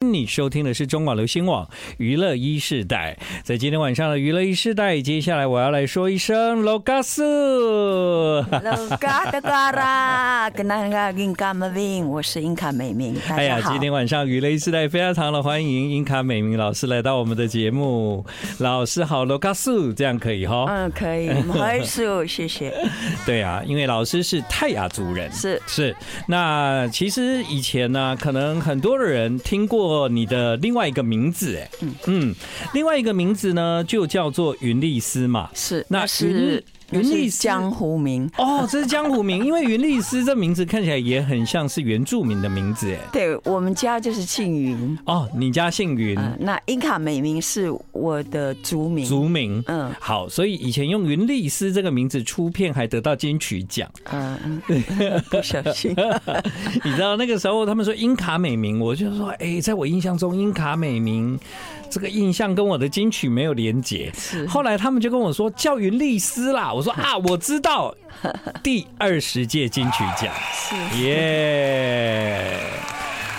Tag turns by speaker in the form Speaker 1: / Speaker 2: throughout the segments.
Speaker 1: 天你收听的是中广流行网娱乐一世代，在今天晚上的娱乐一世代，接下来我要来说一声 l o g a s
Speaker 2: Loga da gara，跟那个英卡美明，我是英卡美明，大
Speaker 1: 哎
Speaker 2: 家
Speaker 1: 呀，
Speaker 2: 好。
Speaker 1: 今天晚上娱乐一时代非常的欢迎英卡美明老师来到我们的节目。老师好，罗卡素，这样可以哈、
Speaker 2: 嗯，可 以，我们合数，谢谢。
Speaker 1: 对啊，因为老师是泰雅族人。
Speaker 2: 嗯是
Speaker 1: 是，那其实以前呢，可能很多的人听过你的另外一个名字，哎，嗯另外一个名字呢就叫做云丽丝嘛。
Speaker 2: 是，
Speaker 1: 那
Speaker 2: 是
Speaker 1: 云云丽
Speaker 2: 是
Speaker 1: 丝
Speaker 2: 江湖名。
Speaker 1: 哦，这是江湖名，因为云丽丝这名字看起来也很像是原住民的名字，哎。
Speaker 2: 对我们家就是庆云，
Speaker 1: 哦，你家姓云，
Speaker 2: 嗯，那英卡美明是我的族名。
Speaker 1: 族名，
Speaker 2: 嗯
Speaker 1: 好，所以以前用云丽丝这个名字出片，还得到金曲 奖。
Speaker 2: 嗯， 不小 心。
Speaker 1: 你知道那个时候他们说英卡美名，我就说，哎、在我印象中英卡美名这个印象跟我的金曲没有连结。
Speaker 2: 是
Speaker 1: 后来他们就跟我说叫云丽丝啦，我说 啊，我知道，第二十届金曲奖。
Speaker 2: 是
Speaker 1: 耶、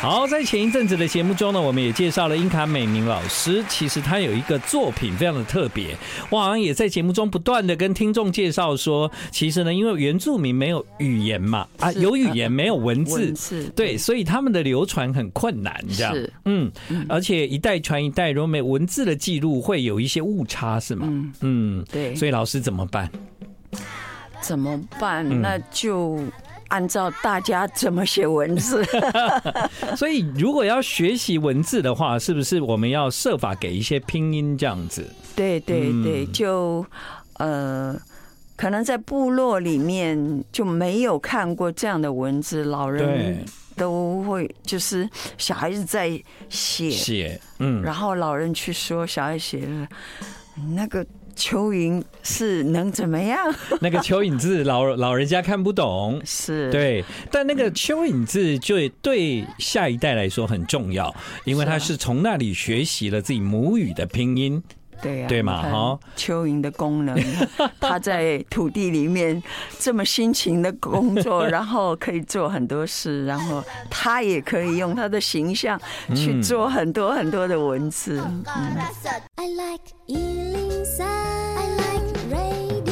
Speaker 1: 好，在前一阵子的节目中呢，我们也介绍了英卡美明老师。其实他有一个作品非常的特别，我好像也在节目中不断的跟听众介绍说，其实呢，因为原住民没有语言嘛，啊，
Speaker 2: 是
Speaker 1: 有语言没有文字，
Speaker 2: 文字。
Speaker 1: 对，所以他们的流传很困难，这样
Speaker 2: 是，
Speaker 1: 嗯，而且一代传一代，如果没有文字的记录，会有一些误差，是吗？
Speaker 2: 嗯，
Speaker 1: 嗯，
Speaker 2: 对。
Speaker 1: 所以老师怎么办？
Speaker 2: 怎么办？
Speaker 1: 嗯
Speaker 2: 那就按照大家怎么写文字。
Speaker 1: 所以，如果要学习文字的话，是不是我们要设法给一些拼音这样子？
Speaker 2: 对对
Speaker 1: 嗯
Speaker 2: 对，就呃，可能在部落里面就没有看过这样的文字，老人
Speaker 1: 对，
Speaker 2: 都会就是小孩子在写，
Speaker 1: 写，嗯，
Speaker 2: 然后老人去说小孩写了那个蚯蚓是能怎么样？
Speaker 1: 那个蚯蚓字老老人家看不懂。
Speaker 2: 是，
Speaker 1: 对，但那个蚯蚓字就对下一代来说很重要，因为
Speaker 2: 是啊
Speaker 1: 他是从那里学习了自己母语的拼音。
Speaker 2: 对呀、啊，
Speaker 1: 对嘛
Speaker 2: 你看
Speaker 1: 哈
Speaker 2: 蚯蚓的 功能，它在土地里面这么辛勤的工作，然后可以做很多事，然后它也可以用它的形象
Speaker 1: 嗯
Speaker 2: 去做很多很多的文字。
Speaker 3: I like Ealing Sound. I like radio.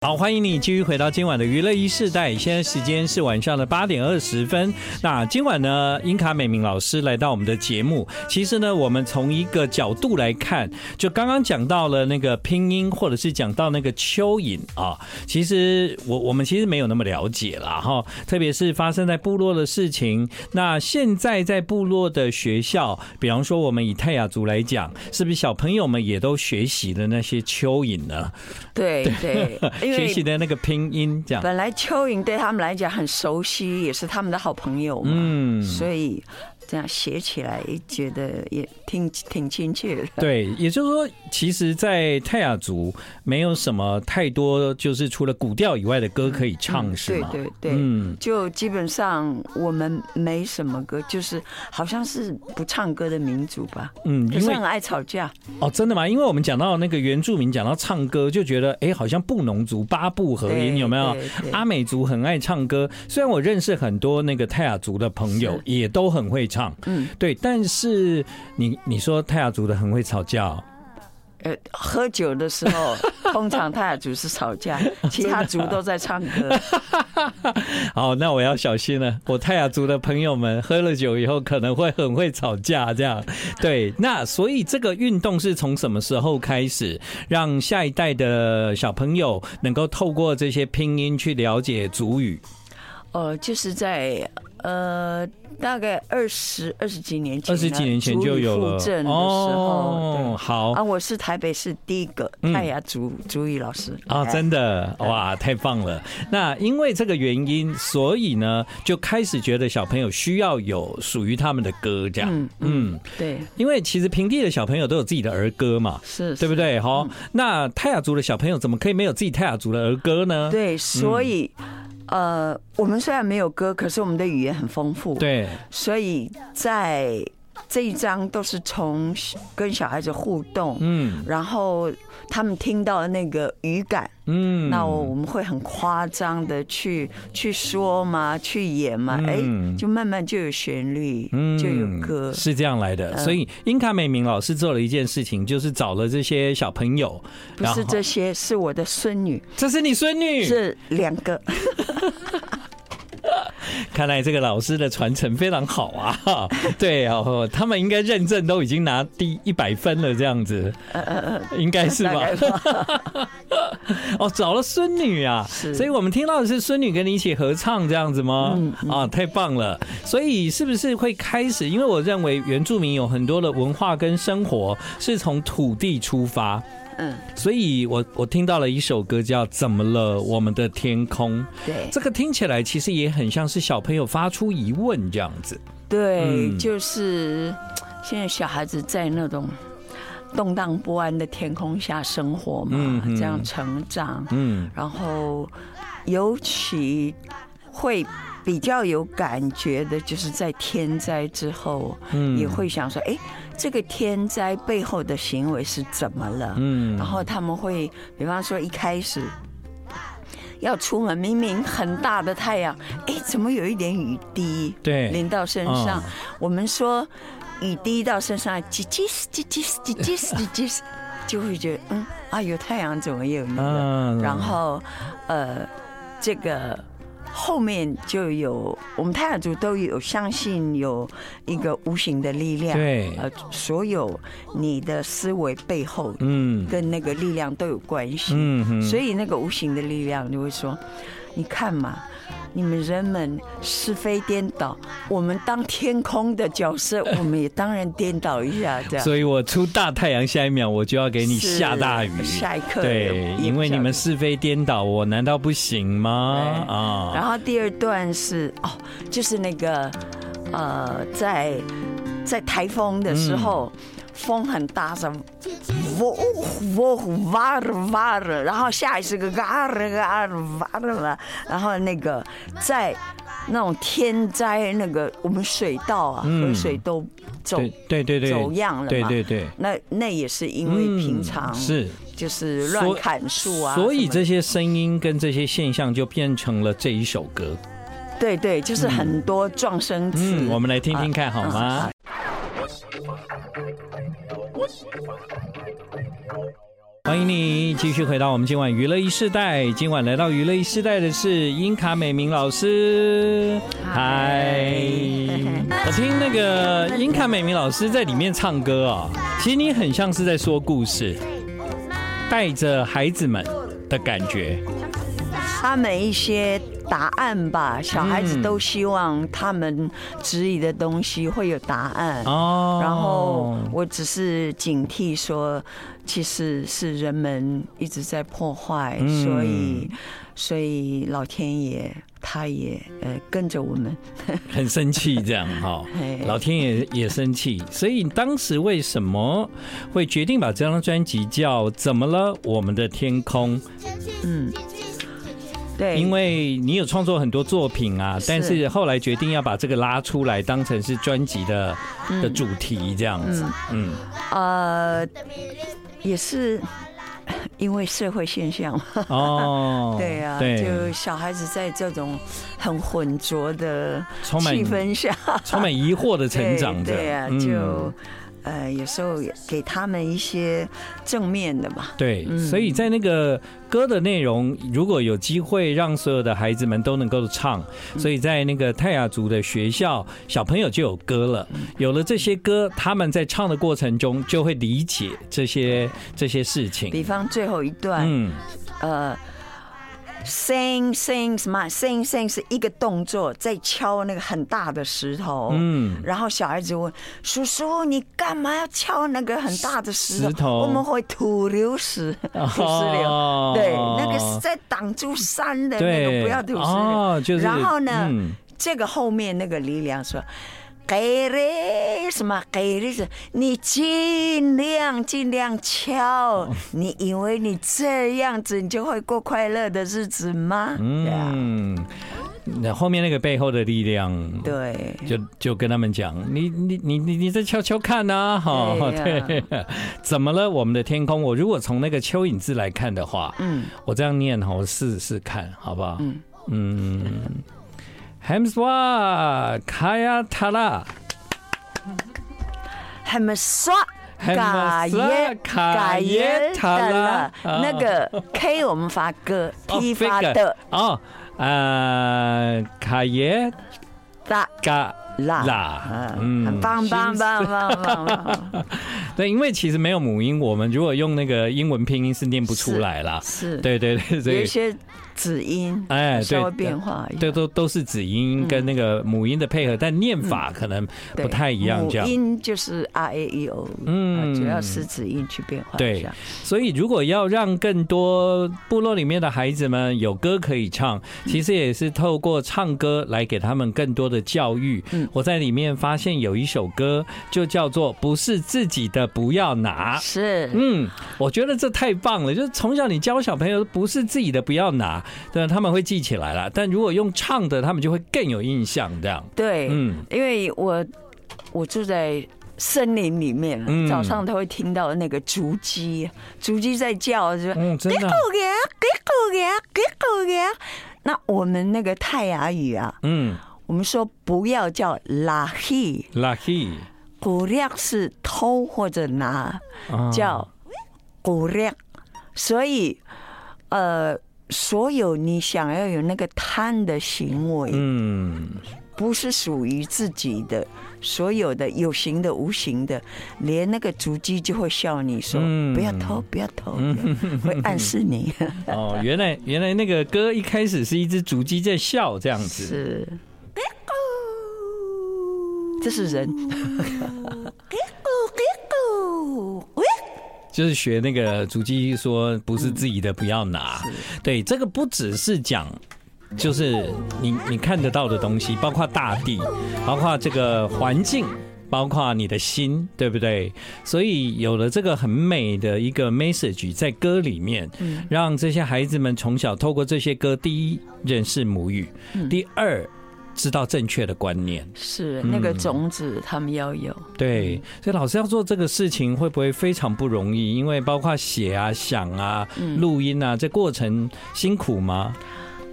Speaker 1: 好，欢迎你继续回到今晚的娱乐一世代，现在时间是晚上的八点二十分。那今晚呢，英卡美明老师来到我们的节目。其实呢，我们从一个角度来看，就刚刚讲到了那个拼音，或者是讲到那个蚯蚓啊，其实我我们其实没有那么了解啦哈。特别是发生在部落的事情，那现在在部落的学校，比方说我们以泰雅族来讲，是不是小朋友们也都学习了那些蚯蚓呢？
Speaker 2: 对对， 因
Speaker 1: 学习
Speaker 2: 为
Speaker 1: 的那个拼音这样。
Speaker 2: 本来蚯蚓对他们来讲很熟悉，也是他们的好朋友嘛，
Speaker 1: 嗯
Speaker 2: 所以这样写起来觉得也挺挺亲切的。
Speaker 1: 对，也就是说，其实，在泰雅族没有什么太多，就是除了古调以外的歌可以唱，是
Speaker 2: 对
Speaker 1: 吗？
Speaker 2: 对对，
Speaker 1: 嗯
Speaker 2: 就基本上我们没什么歌，就是好像是不唱歌的民族吧，
Speaker 1: 嗯，
Speaker 2: 可
Speaker 1: 因
Speaker 2: 是
Speaker 1: 为
Speaker 2: 很爱吵架。
Speaker 1: 哦，真的吗？因为我们讲到那个原住民，讲到唱歌，就觉得哎、好像布农族、巴布和音
Speaker 2: 对
Speaker 1: 有没有
Speaker 2: 对？对
Speaker 1: 阿美族很爱唱歌，虽然我认识很多那个泰雅族的朋友
Speaker 2: 是，
Speaker 1: 也都很会唱，
Speaker 2: 嗯，
Speaker 1: 对，但是你你说泰雅族的很会吵架、哦，
Speaker 2: 呃，喝酒的 时候，通常泰雅族是吵架，
Speaker 1: 啊
Speaker 2: 其他族都在唱歌。
Speaker 1: 好，那我要小心了。我泰雅族的朋友们喝了酒以后，可能会很会吵架，这样。对，那所以这个运动是从什么时候开始，让下一代的小朋友能够透过这些拼音去了解族语？
Speaker 2: 呃，就是在呃大概二十二十几年前
Speaker 1: 二
Speaker 2: 呢，
Speaker 1: 十几年前就有了哦
Speaker 2: 族语复振的时候，对，
Speaker 1: 好
Speaker 2: 啊，我是台北市第一个
Speaker 1: 嗯
Speaker 2: 泰雅族族语老师
Speaker 1: 啊，
Speaker 2: 哎
Speaker 1: 真的哇，太棒了！那因为这个原因，所以呢，就开始觉得小朋友需要有属于他们的歌，这样。
Speaker 2: 嗯
Speaker 1: 嗯，
Speaker 2: 对
Speaker 1: 因为其实平地的小朋友都有自己的儿歌嘛。
Speaker 2: 是，
Speaker 1: 对不
Speaker 2: 是？
Speaker 1: 对？哈、那泰雅族的小朋友怎么可以没有自己泰雅族的儿歌呢？
Speaker 2: 对，所以、呃，我们虽然没有歌，可是我们的语言很丰富。，
Speaker 1: 对
Speaker 2: 所以在这一章都是从跟小孩子互动，
Speaker 1: 嗯
Speaker 2: 然后他们听到的那个语感，
Speaker 1: 嗯，
Speaker 2: 那我们会很夸张的去去说嘛，去演嘛，哎、
Speaker 1: 嗯
Speaker 2: 就慢慢就有旋律，就有歌。
Speaker 1: 是这样来的。
Speaker 2: 嗯
Speaker 1: 所以英卡美明老师做了一件事情，就是找了这些小朋友，
Speaker 2: 不
Speaker 1: 然后
Speaker 2: 是这些，是我的孙女，
Speaker 1: 这是你孙女，
Speaker 2: 是两个。
Speaker 1: 看来这个老师的传承非常好啊。 哈对哦，他们应该认证都已经拿第一百分了，这样子，应该是
Speaker 2: 大
Speaker 1: 吧
Speaker 2: 概？吧？
Speaker 1: 哦，找了孙女啊，
Speaker 2: 是嗯
Speaker 1: 所以我们听到的是孙女跟你一起合唱这样子吗？啊，太棒了！所以是不是会开始？因为我认为原住民有很多的文化跟生活是从土地出发，
Speaker 2: 嗯，
Speaker 1: 所以我我听到了一首歌叫《怎么了，我们的天空》，
Speaker 2: 对
Speaker 1: 这个听起来其实也很像是小朋友发出疑问这样子。
Speaker 2: 对，
Speaker 1: 嗯
Speaker 2: 就是现在小孩子在那种动荡不安的天空下生活
Speaker 1: 嗯
Speaker 2: 嘛，
Speaker 1: 嗯
Speaker 2: 这样成长，
Speaker 1: 嗯
Speaker 2: 然后尤其会比较有感觉的，就是在天灾之后，
Speaker 1: 嗯
Speaker 2: 也会想说，哎、这个天灾背后的行为是怎么了？
Speaker 1: 嗯
Speaker 2: 然后他们会，比方说一开始。要出门，明明很大的太阳，哎，怎么有一点雨滴
Speaker 1: 对
Speaker 2: 淋到身上
Speaker 1: 嗯？
Speaker 2: 我们说雨滴到身上，叽叽叽叽叽叽叽叽，就会觉得嗯啊，有太阳怎么也有那个？
Speaker 1: 嗯
Speaker 2: 然后呃，这个后面就有我们泰雅族都有相信有一个无形的力量，
Speaker 1: 对
Speaker 2: 呃，所有你的思维背后
Speaker 1: 嗯
Speaker 2: 跟那个力量都有关系，
Speaker 1: 嗯哼
Speaker 2: 所以那个无形的力量就会说，你看嘛。你们人们是非颠倒，我们当天空的角色，我们也当然颠倒一下，这样。
Speaker 1: 所以我出大太阳下一秒我就要给你下大雨，
Speaker 2: 是下一刻
Speaker 1: 对
Speaker 2: 也，
Speaker 1: 因为
Speaker 2: 也不晓得
Speaker 1: 你们是非颠倒，我难道不行吗？
Speaker 2: 对
Speaker 1: 啊，
Speaker 2: 然后第二段是哦，就是那个呃，在在台风的时候，
Speaker 1: 嗯
Speaker 2: 风很大声，喔喔呼哇了哇了，然后下一次个嘎了嘎了哇了哇，然后那个在那种天灾那个我们水稻啊、
Speaker 1: 嗯
Speaker 2: 河水都走
Speaker 1: 对对对对，
Speaker 2: 走样了嘛
Speaker 1: 对对对，
Speaker 2: 那那也是因为平常
Speaker 1: 嗯、是
Speaker 2: 就是乱
Speaker 1: 所
Speaker 2: 砍树啊什么的，
Speaker 1: 所以这些声音跟这些现象就变成了这一首歌。
Speaker 2: 对对，就是很多撞声词。
Speaker 1: 嗯，我们来听听看好吗？
Speaker 2: 啊
Speaker 1: 欢迎你继续回到我们今晚娱乐一世代。今晚来到娱乐一世代的是英卡美明老师。嗨，我听那个英卡美明老师在里面唱歌啊、其实你很像是在说故事，带着孩子们的感觉。
Speaker 2: 他们一些答案吧，小孩子
Speaker 1: 嗯
Speaker 2: 都希望他们质疑的东西会有答案。
Speaker 1: 哦，
Speaker 2: 然后我只是警惕说，其实是人们一直在破坏，
Speaker 1: 嗯
Speaker 2: 所以所以老天爷他也呃跟着我们。
Speaker 1: 很生气这样哈
Speaker 2: 嘿，
Speaker 1: 老天爷也生气，所以当时为什么会决定把这张专辑叫《怎么了，我们的天空》？
Speaker 2: 嗯，对，
Speaker 1: 因为你有创作很多作品啊，但是后来决定要把这个拉出来，当成是专辑的
Speaker 2: 嗯
Speaker 1: 的主题这样子。嗯，
Speaker 2: 呃也是因为社会现象嘛。，
Speaker 1: 哦
Speaker 2: 对啊，就小孩子在这种很浑浊的
Speaker 1: 充满
Speaker 2: 气氛下
Speaker 1: 充满疑惑的成长着，
Speaker 2: 对对啊，
Speaker 1: 嗯
Speaker 2: 就呃有时候也给他们一些正面的吧。
Speaker 1: 对，所以在那个歌的内容，如果有机会让所有的孩子们都能够唱，所以在那个泰雅族的学校，小朋友就有歌了。有了这些歌，他们在唱的过程中就会理解这些这些事情。
Speaker 2: 比方最后一段，
Speaker 1: 嗯，
Speaker 2: 呃。sing sing 什么 sing sing 是一个动作，在敲那个很大的石头。
Speaker 1: 嗯
Speaker 2: 然后小孩子问叔叔：“你干嘛要敲那个很大的石头？
Speaker 1: 石头
Speaker 2: 我们会土流石，土石流。
Speaker 1: 哦
Speaker 2: 对，那个是在挡住山的那个，
Speaker 1: 对，
Speaker 2: 不要土石流。
Speaker 1: 哦，就是
Speaker 2: 然后呢，
Speaker 1: 嗯
Speaker 2: 这个后面那个李良说。给力什么给力？你尽量尽量敲，你以为你这样子你就会过快乐的日子吗？对啊，
Speaker 1: 嗯，那后面那个背后的力量，
Speaker 2: 对，
Speaker 1: 就就跟他们讲，你你你你你再敲敲看呐、哈、
Speaker 2: 对呀
Speaker 1: 对，怎么了？我们的天空，我如果从那个蚯蚓字来看的话，
Speaker 2: 嗯
Speaker 1: 我这样念哈，我试试看好不好？
Speaker 2: 嗯，
Speaker 1: 嗯 h a m s w a Kaya Tala。
Speaker 2: 还没刷。嘎耶
Speaker 1: Hamswa
Speaker 2: 嘎耶塔拉，
Speaker 1: 啊
Speaker 2: 那个 K 我们发歌
Speaker 1: 哦
Speaker 2: ，T 发
Speaker 1: figure
Speaker 2: 的
Speaker 1: 哦，呃，卡耶
Speaker 2: 哒
Speaker 1: 嘎
Speaker 2: 啦
Speaker 1: 啦，
Speaker 2: 嗯，啊很棒棒棒棒棒棒，棒
Speaker 1: 对，因为其实没有母音，我们如果用那个英文拼音是念不出来啦。
Speaker 2: 是，
Speaker 1: 对对对，所
Speaker 2: 有
Speaker 1: 以
Speaker 2: 一些子音
Speaker 1: 哎
Speaker 2: 稍微
Speaker 1: 对
Speaker 2: 变化一下，
Speaker 1: 对都都是子音跟那个母音的配合，但念法可能
Speaker 2: 对
Speaker 1: 不太一样，
Speaker 2: 嗯母
Speaker 1: 这样。
Speaker 2: 音就是 R A E O，
Speaker 1: 嗯
Speaker 2: 嗯，主要是子音去变化一
Speaker 1: 对
Speaker 2: 下，
Speaker 1: 所以，如果要让更多部落里面的孩子们有歌可以唱，
Speaker 2: 嗯
Speaker 1: 其实也是透过唱歌来给他们更多的教育。
Speaker 2: 嗯
Speaker 1: 我在里面发现有一首歌，就叫做《不是自己的不要拿》。
Speaker 2: 是，
Speaker 1: 嗯，我觉得这太棒了，就是从小你教小朋友不是自己的不要拿，对，他们会记起来了。但如果用唱的，他们就会更有印象。这样，
Speaker 2: 对，
Speaker 1: 嗯，
Speaker 2: 因为我我住在森林里面，啊
Speaker 1: 嗯
Speaker 2: 早上都会听到那个竹鸡，竹鸡在叫，就说
Speaker 1: 嗯，真的，
Speaker 2: “咕呀，咕咕呀，咕咕呀”。啊那我们那个泰雅语啊，
Speaker 1: 嗯
Speaker 2: 我们说不要叫拉黑，
Speaker 1: ，lucky，
Speaker 2: 古亮是偷或者拿，
Speaker 1: 啊
Speaker 2: 叫古亮。所以，呃，所有你想要有那个贪的行为，
Speaker 1: 嗯。
Speaker 2: 不是属于自己的，所有的有形的、无形的，连那个足迹就会笑你说：“
Speaker 1: 嗯
Speaker 2: 不要偷，不要偷。会暗 示你。
Speaker 1: 哦，原来原来那个歌一开始是一只竹鸡在笑这样子，
Speaker 2: 是，
Speaker 1: 嗯
Speaker 2: 这是人，
Speaker 1: 就是学那个竹鸡说不是自己的不要拿。对，这个不只是讲。就是你你看得到的东西，包括大地，包括这个环境，包括你的心，对不对？所以有了这个很美的一个 message 在歌里面，让这些孩子们从小透过这些歌，第一认识母语，第二知道正确的观念。
Speaker 2: 是
Speaker 1: 嗯
Speaker 2: 那个种子，他们要有。
Speaker 1: 对，所以老师要做这个事情会不会非常不容易？因为包括写啊、想啊、
Speaker 2: 嗯
Speaker 1: 录音啊，这过程辛苦吗？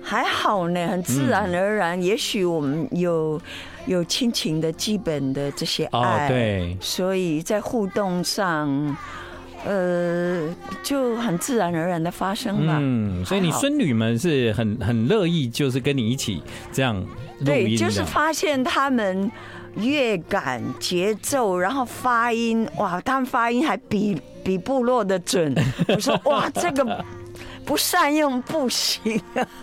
Speaker 2: 还好呢，很自然
Speaker 1: 嗯
Speaker 2: 而然。也许我们有有亲情的基本的这些
Speaker 1: 哦
Speaker 2: 爱，，
Speaker 1: 对，
Speaker 2: 所以在互动上，呃，就很自然而然的发生了。
Speaker 1: 嗯，所以你
Speaker 2: 还好
Speaker 1: 孙女们是很很乐意，就是跟你一起这样录
Speaker 2: 对，
Speaker 1: 音
Speaker 2: 就是
Speaker 1: 的。
Speaker 2: 发现他们乐感、节奏，然后发音，哇，他们发音还比比部落的准。我说哇，这个不善用不行，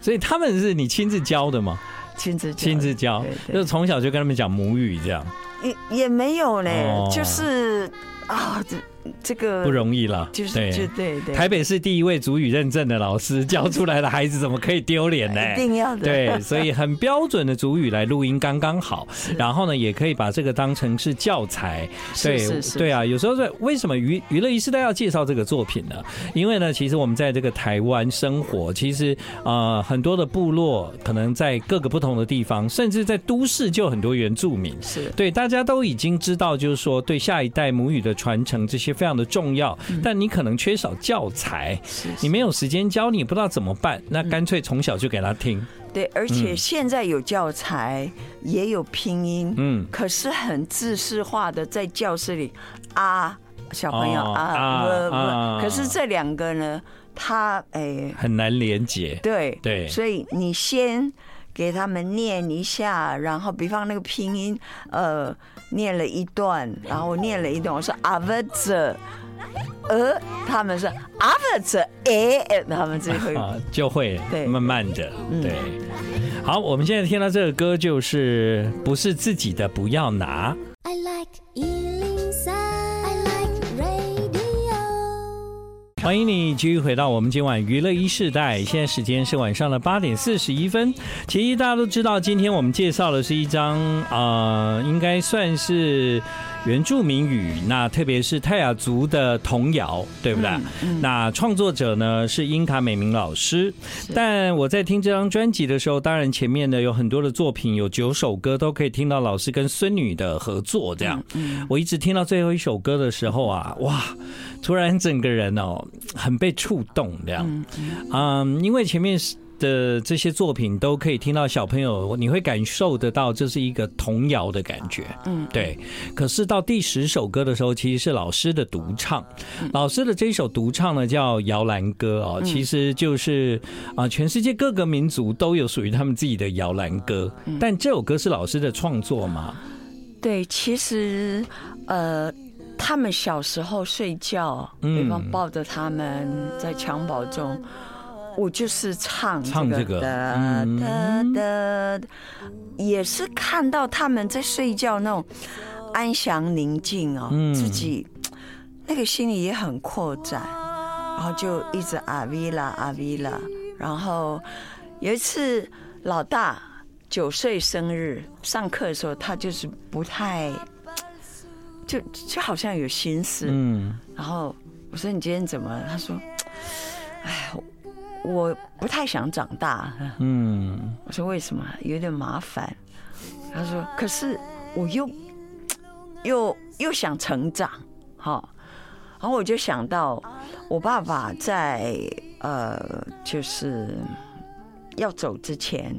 Speaker 1: 所以他们是你亲自教的吗？
Speaker 2: 亲自教
Speaker 1: 亲自教
Speaker 2: 对，对
Speaker 1: 就是从小就跟他们讲母语这样，
Speaker 2: 也也没有呢，
Speaker 1: 哦
Speaker 2: 就是啊，这这个
Speaker 1: 不容易啦。
Speaker 2: 就是就
Speaker 1: 对，
Speaker 2: 对对，
Speaker 1: 台北市第一位主语认证的老师教出来的孩子，怎么可以丢脸呢？
Speaker 2: 一定要的，
Speaker 1: 对，所以很标准的主语来录音刚刚好，然后呢，也可以把这个当成是教材。
Speaker 2: 是
Speaker 1: 对
Speaker 2: 是是
Speaker 1: 对啊，有时候在为什么娱娱乐一时代要介绍这个作品呢？因为呢，其实我们在这个台湾生活，其实呃很多的部落可能在各个不同的地方，甚至在都市就有很多原住民。
Speaker 2: 是
Speaker 1: 对，大家都已经知道，就是说对下一代母语的传承这些非常的重要，
Speaker 2: 嗯
Speaker 1: 但你可能缺少教材，
Speaker 2: 是
Speaker 1: 你没有时间教，你也不知道怎么办，那
Speaker 2: 嗯
Speaker 1: 干脆从小就给他听。
Speaker 2: 对，而且现在有教材，也有拼音，
Speaker 1: 嗯
Speaker 2: 可是很自式化的在教室里啊，小朋友
Speaker 1: 哦
Speaker 2: 啊，
Speaker 1: 啊
Speaker 2: 不
Speaker 1: 啊
Speaker 2: 不，可是这两个呢，他哎，
Speaker 1: 很难连接。
Speaker 2: 对
Speaker 1: 对
Speaker 2: 所以你先给他们念一下，然后比方那个拼音，呃，念了一段，然后我念了一段，我说阿不者。呃，他们是阿不者哎，哎他们就会
Speaker 1: 啊，就会
Speaker 2: 对
Speaker 1: 慢慢的，对。嗯好，我们现在听到这个歌就是不是自己的不要拿。
Speaker 3: I like Ealing Sound. I like radio.
Speaker 1: 欢迎你继续回到我们今晚娱乐一世代，现在时间是晚上的八点四十一分。其实大家都知道，今天我们介绍的是一张呃，应该算是原住民语，那特别是泰雅族的童谣，对不对？那创作者呢是英卡美明老师，但我在听这张专辑的时候，当然前面呢有很多的作品，有九首歌都可以听到老师跟孙女的合作，这样。我一直听到最后一首歌的时候啊，哇，突然整个人哦很被触动，这样。嗯，因为前面是的这些作品都可以听到小朋友，你会感受得到这是一个童谣的感觉，嗯，对。可是到第十首歌的时候，其实是老师的独唱，老师的这一首独唱呢叫《摇篮歌》哦，其实就是啊、全世界各个民族都有属于他们自己的摇篮歌，但这首歌是老师的创作嘛？
Speaker 2: 对，其实呃，他们小时候睡觉，
Speaker 1: 嗯
Speaker 2: 对方抱着他们在襁褓中，我就是唱
Speaker 1: 唱这
Speaker 2: 这
Speaker 1: 个
Speaker 2: 个的
Speaker 1: 嗯
Speaker 2: 的的，也是看到他们在睡觉那种安详宁静哦，
Speaker 1: 嗯
Speaker 2: 自己那个心里也很扩展，然后就一直阿维拉阿维拉，然后有一次老大九岁生日，上课的时候他就是不太，就就好像有心思。
Speaker 1: 嗯
Speaker 2: 然后我说你今天怎么了？他说，哎，我不太想长大。
Speaker 1: 嗯
Speaker 2: 我说为什么？有点麻烦。他说，可是我又又又想成长，哈、然后我就想到我爸爸在呃，就是要走之前，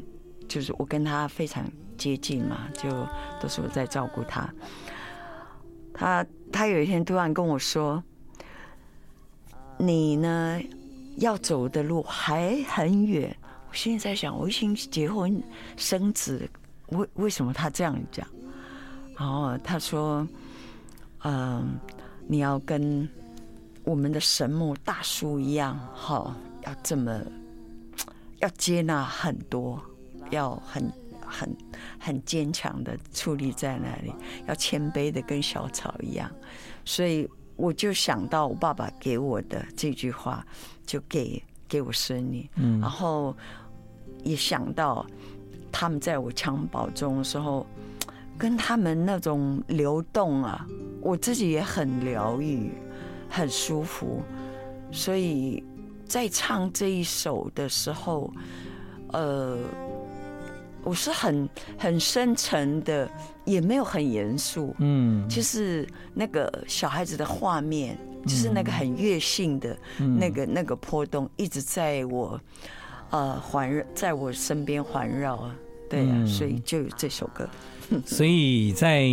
Speaker 2: 就是我跟他非常接近嘛，就都是我在照顾他。他他有一天突然跟我说：“你呢，要走的路还很远。”我心里在想，我已经结婚生子，为为什么他这样讲？然后他说：“嗯、你要跟我们的神木大叔一样，哈、要这么要接纳很多，要很很很坚强的矗立在那里，要谦卑的跟小草一样。”所以我就想到我爸爸给我的这句话，就给给我孙女。
Speaker 1: 嗯
Speaker 2: 然后也想到他们在我襁褓中的时候，跟他们那种流动啊，我自己也很疗愈，很舒服。所以在唱这一首的时候，呃，我是很很深沉的，也没有很严肃，
Speaker 1: 嗯，
Speaker 2: 就是那个小孩子的画面，就是那个很乐性的
Speaker 1: 嗯
Speaker 2: 那个那个波动，一直在我呃环绕，在我身边环绕啊。对呀、啊，
Speaker 1: 嗯
Speaker 2: 所以就有这首歌。
Speaker 1: 所以在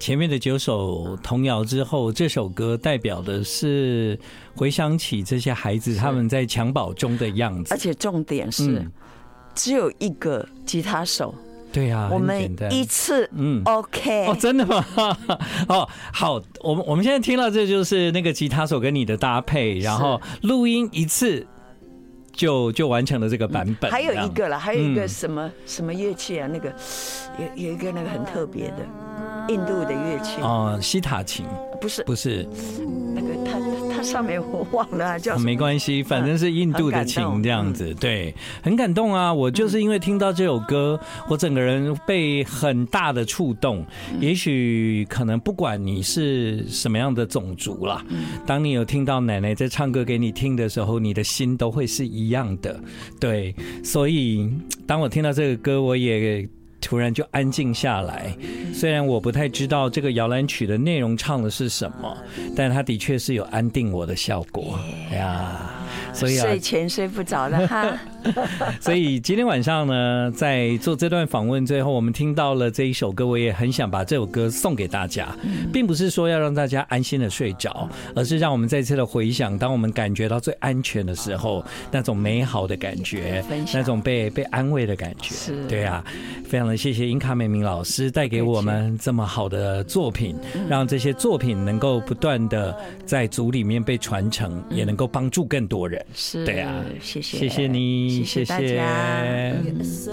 Speaker 1: 前面的九首童谣之后，这首歌代表的是回想起这些孩子他们在襁褓中的样子
Speaker 2: 而。且重点是，
Speaker 1: 嗯
Speaker 2: 只有一个吉他手，
Speaker 1: 对啊，
Speaker 2: 我
Speaker 1: 很
Speaker 2: 们
Speaker 1: 简单
Speaker 2: 一次
Speaker 1: 嗯。
Speaker 2: OK，、
Speaker 1: 哦，真的吗？ 哦，好，我们我们现在听到这就是那个吉他手跟你的搭配，然后录音一次就就完成了这个版本。
Speaker 2: 嗯还有
Speaker 1: 这
Speaker 2: 一
Speaker 1: 样
Speaker 2: 个了，还有一个
Speaker 1: 嗯
Speaker 2: 什么、什么乐器啊？那个有有一个那个很特别的印度的乐器，
Speaker 1: 哦，西塔琴
Speaker 2: 不是
Speaker 1: 不是，
Speaker 2: 那个它它它上面我忘了它叫
Speaker 1: 哦
Speaker 2: 什么。嗯
Speaker 1: 没关系，反正是印度的
Speaker 2: 很感
Speaker 1: 情
Speaker 2: 动嗯
Speaker 1: 这样子，对，很感动啊！我就是因为听到这首歌，
Speaker 2: 嗯
Speaker 1: 我整个人被很大的触动。
Speaker 2: 嗯
Speaker 1: 也许可能不管你是什么样的种族啦，
Speaker 2: 嗯
Speaker 1: 当你有听到奶奶在唱歌给你听的时候，你的心都会是一样的，对。所以当我听到这个歌，我也。突然就安静下来，虽然我不太知道这个摇篮曲的内容唱的是什么，但它的确是有安定我的效果哎呀。所以啊，
Speaker 2: 睡前睡不着了 哈。
Speaker 1: 所以今天晚上呢，在做这段访问最后，我们听到了这一首歌，我也很想把这首歌送给大家，
Speaker 2: 嗯
Speaker 1: 并不是说要让大家安心的睡着，而是让我们再次的回想，当我们感觉到最安全的时候，那种美好的感觉
Speaker 2: 分，享
Speaker 1: 那种被被安慰的感觉，
Speaker 2: 是
Speaker 1: 对啊，非常的谢谢英卡美明老师带给我们这么好的作品，
Speaker 2: 嗯
Speaker 1: 让这些作品能够不断的在组里面被传承，
Speaker 2: 嗯
Speaker 1: 也能够帮助更多人。
Speaker 2: 是，
Speaker 1: 对啊
Speaker 2: 谢谢，嗯
Speaker 1: 谢谢你，
Speaker 2: 谢谢大家。
Speaker 1: 谢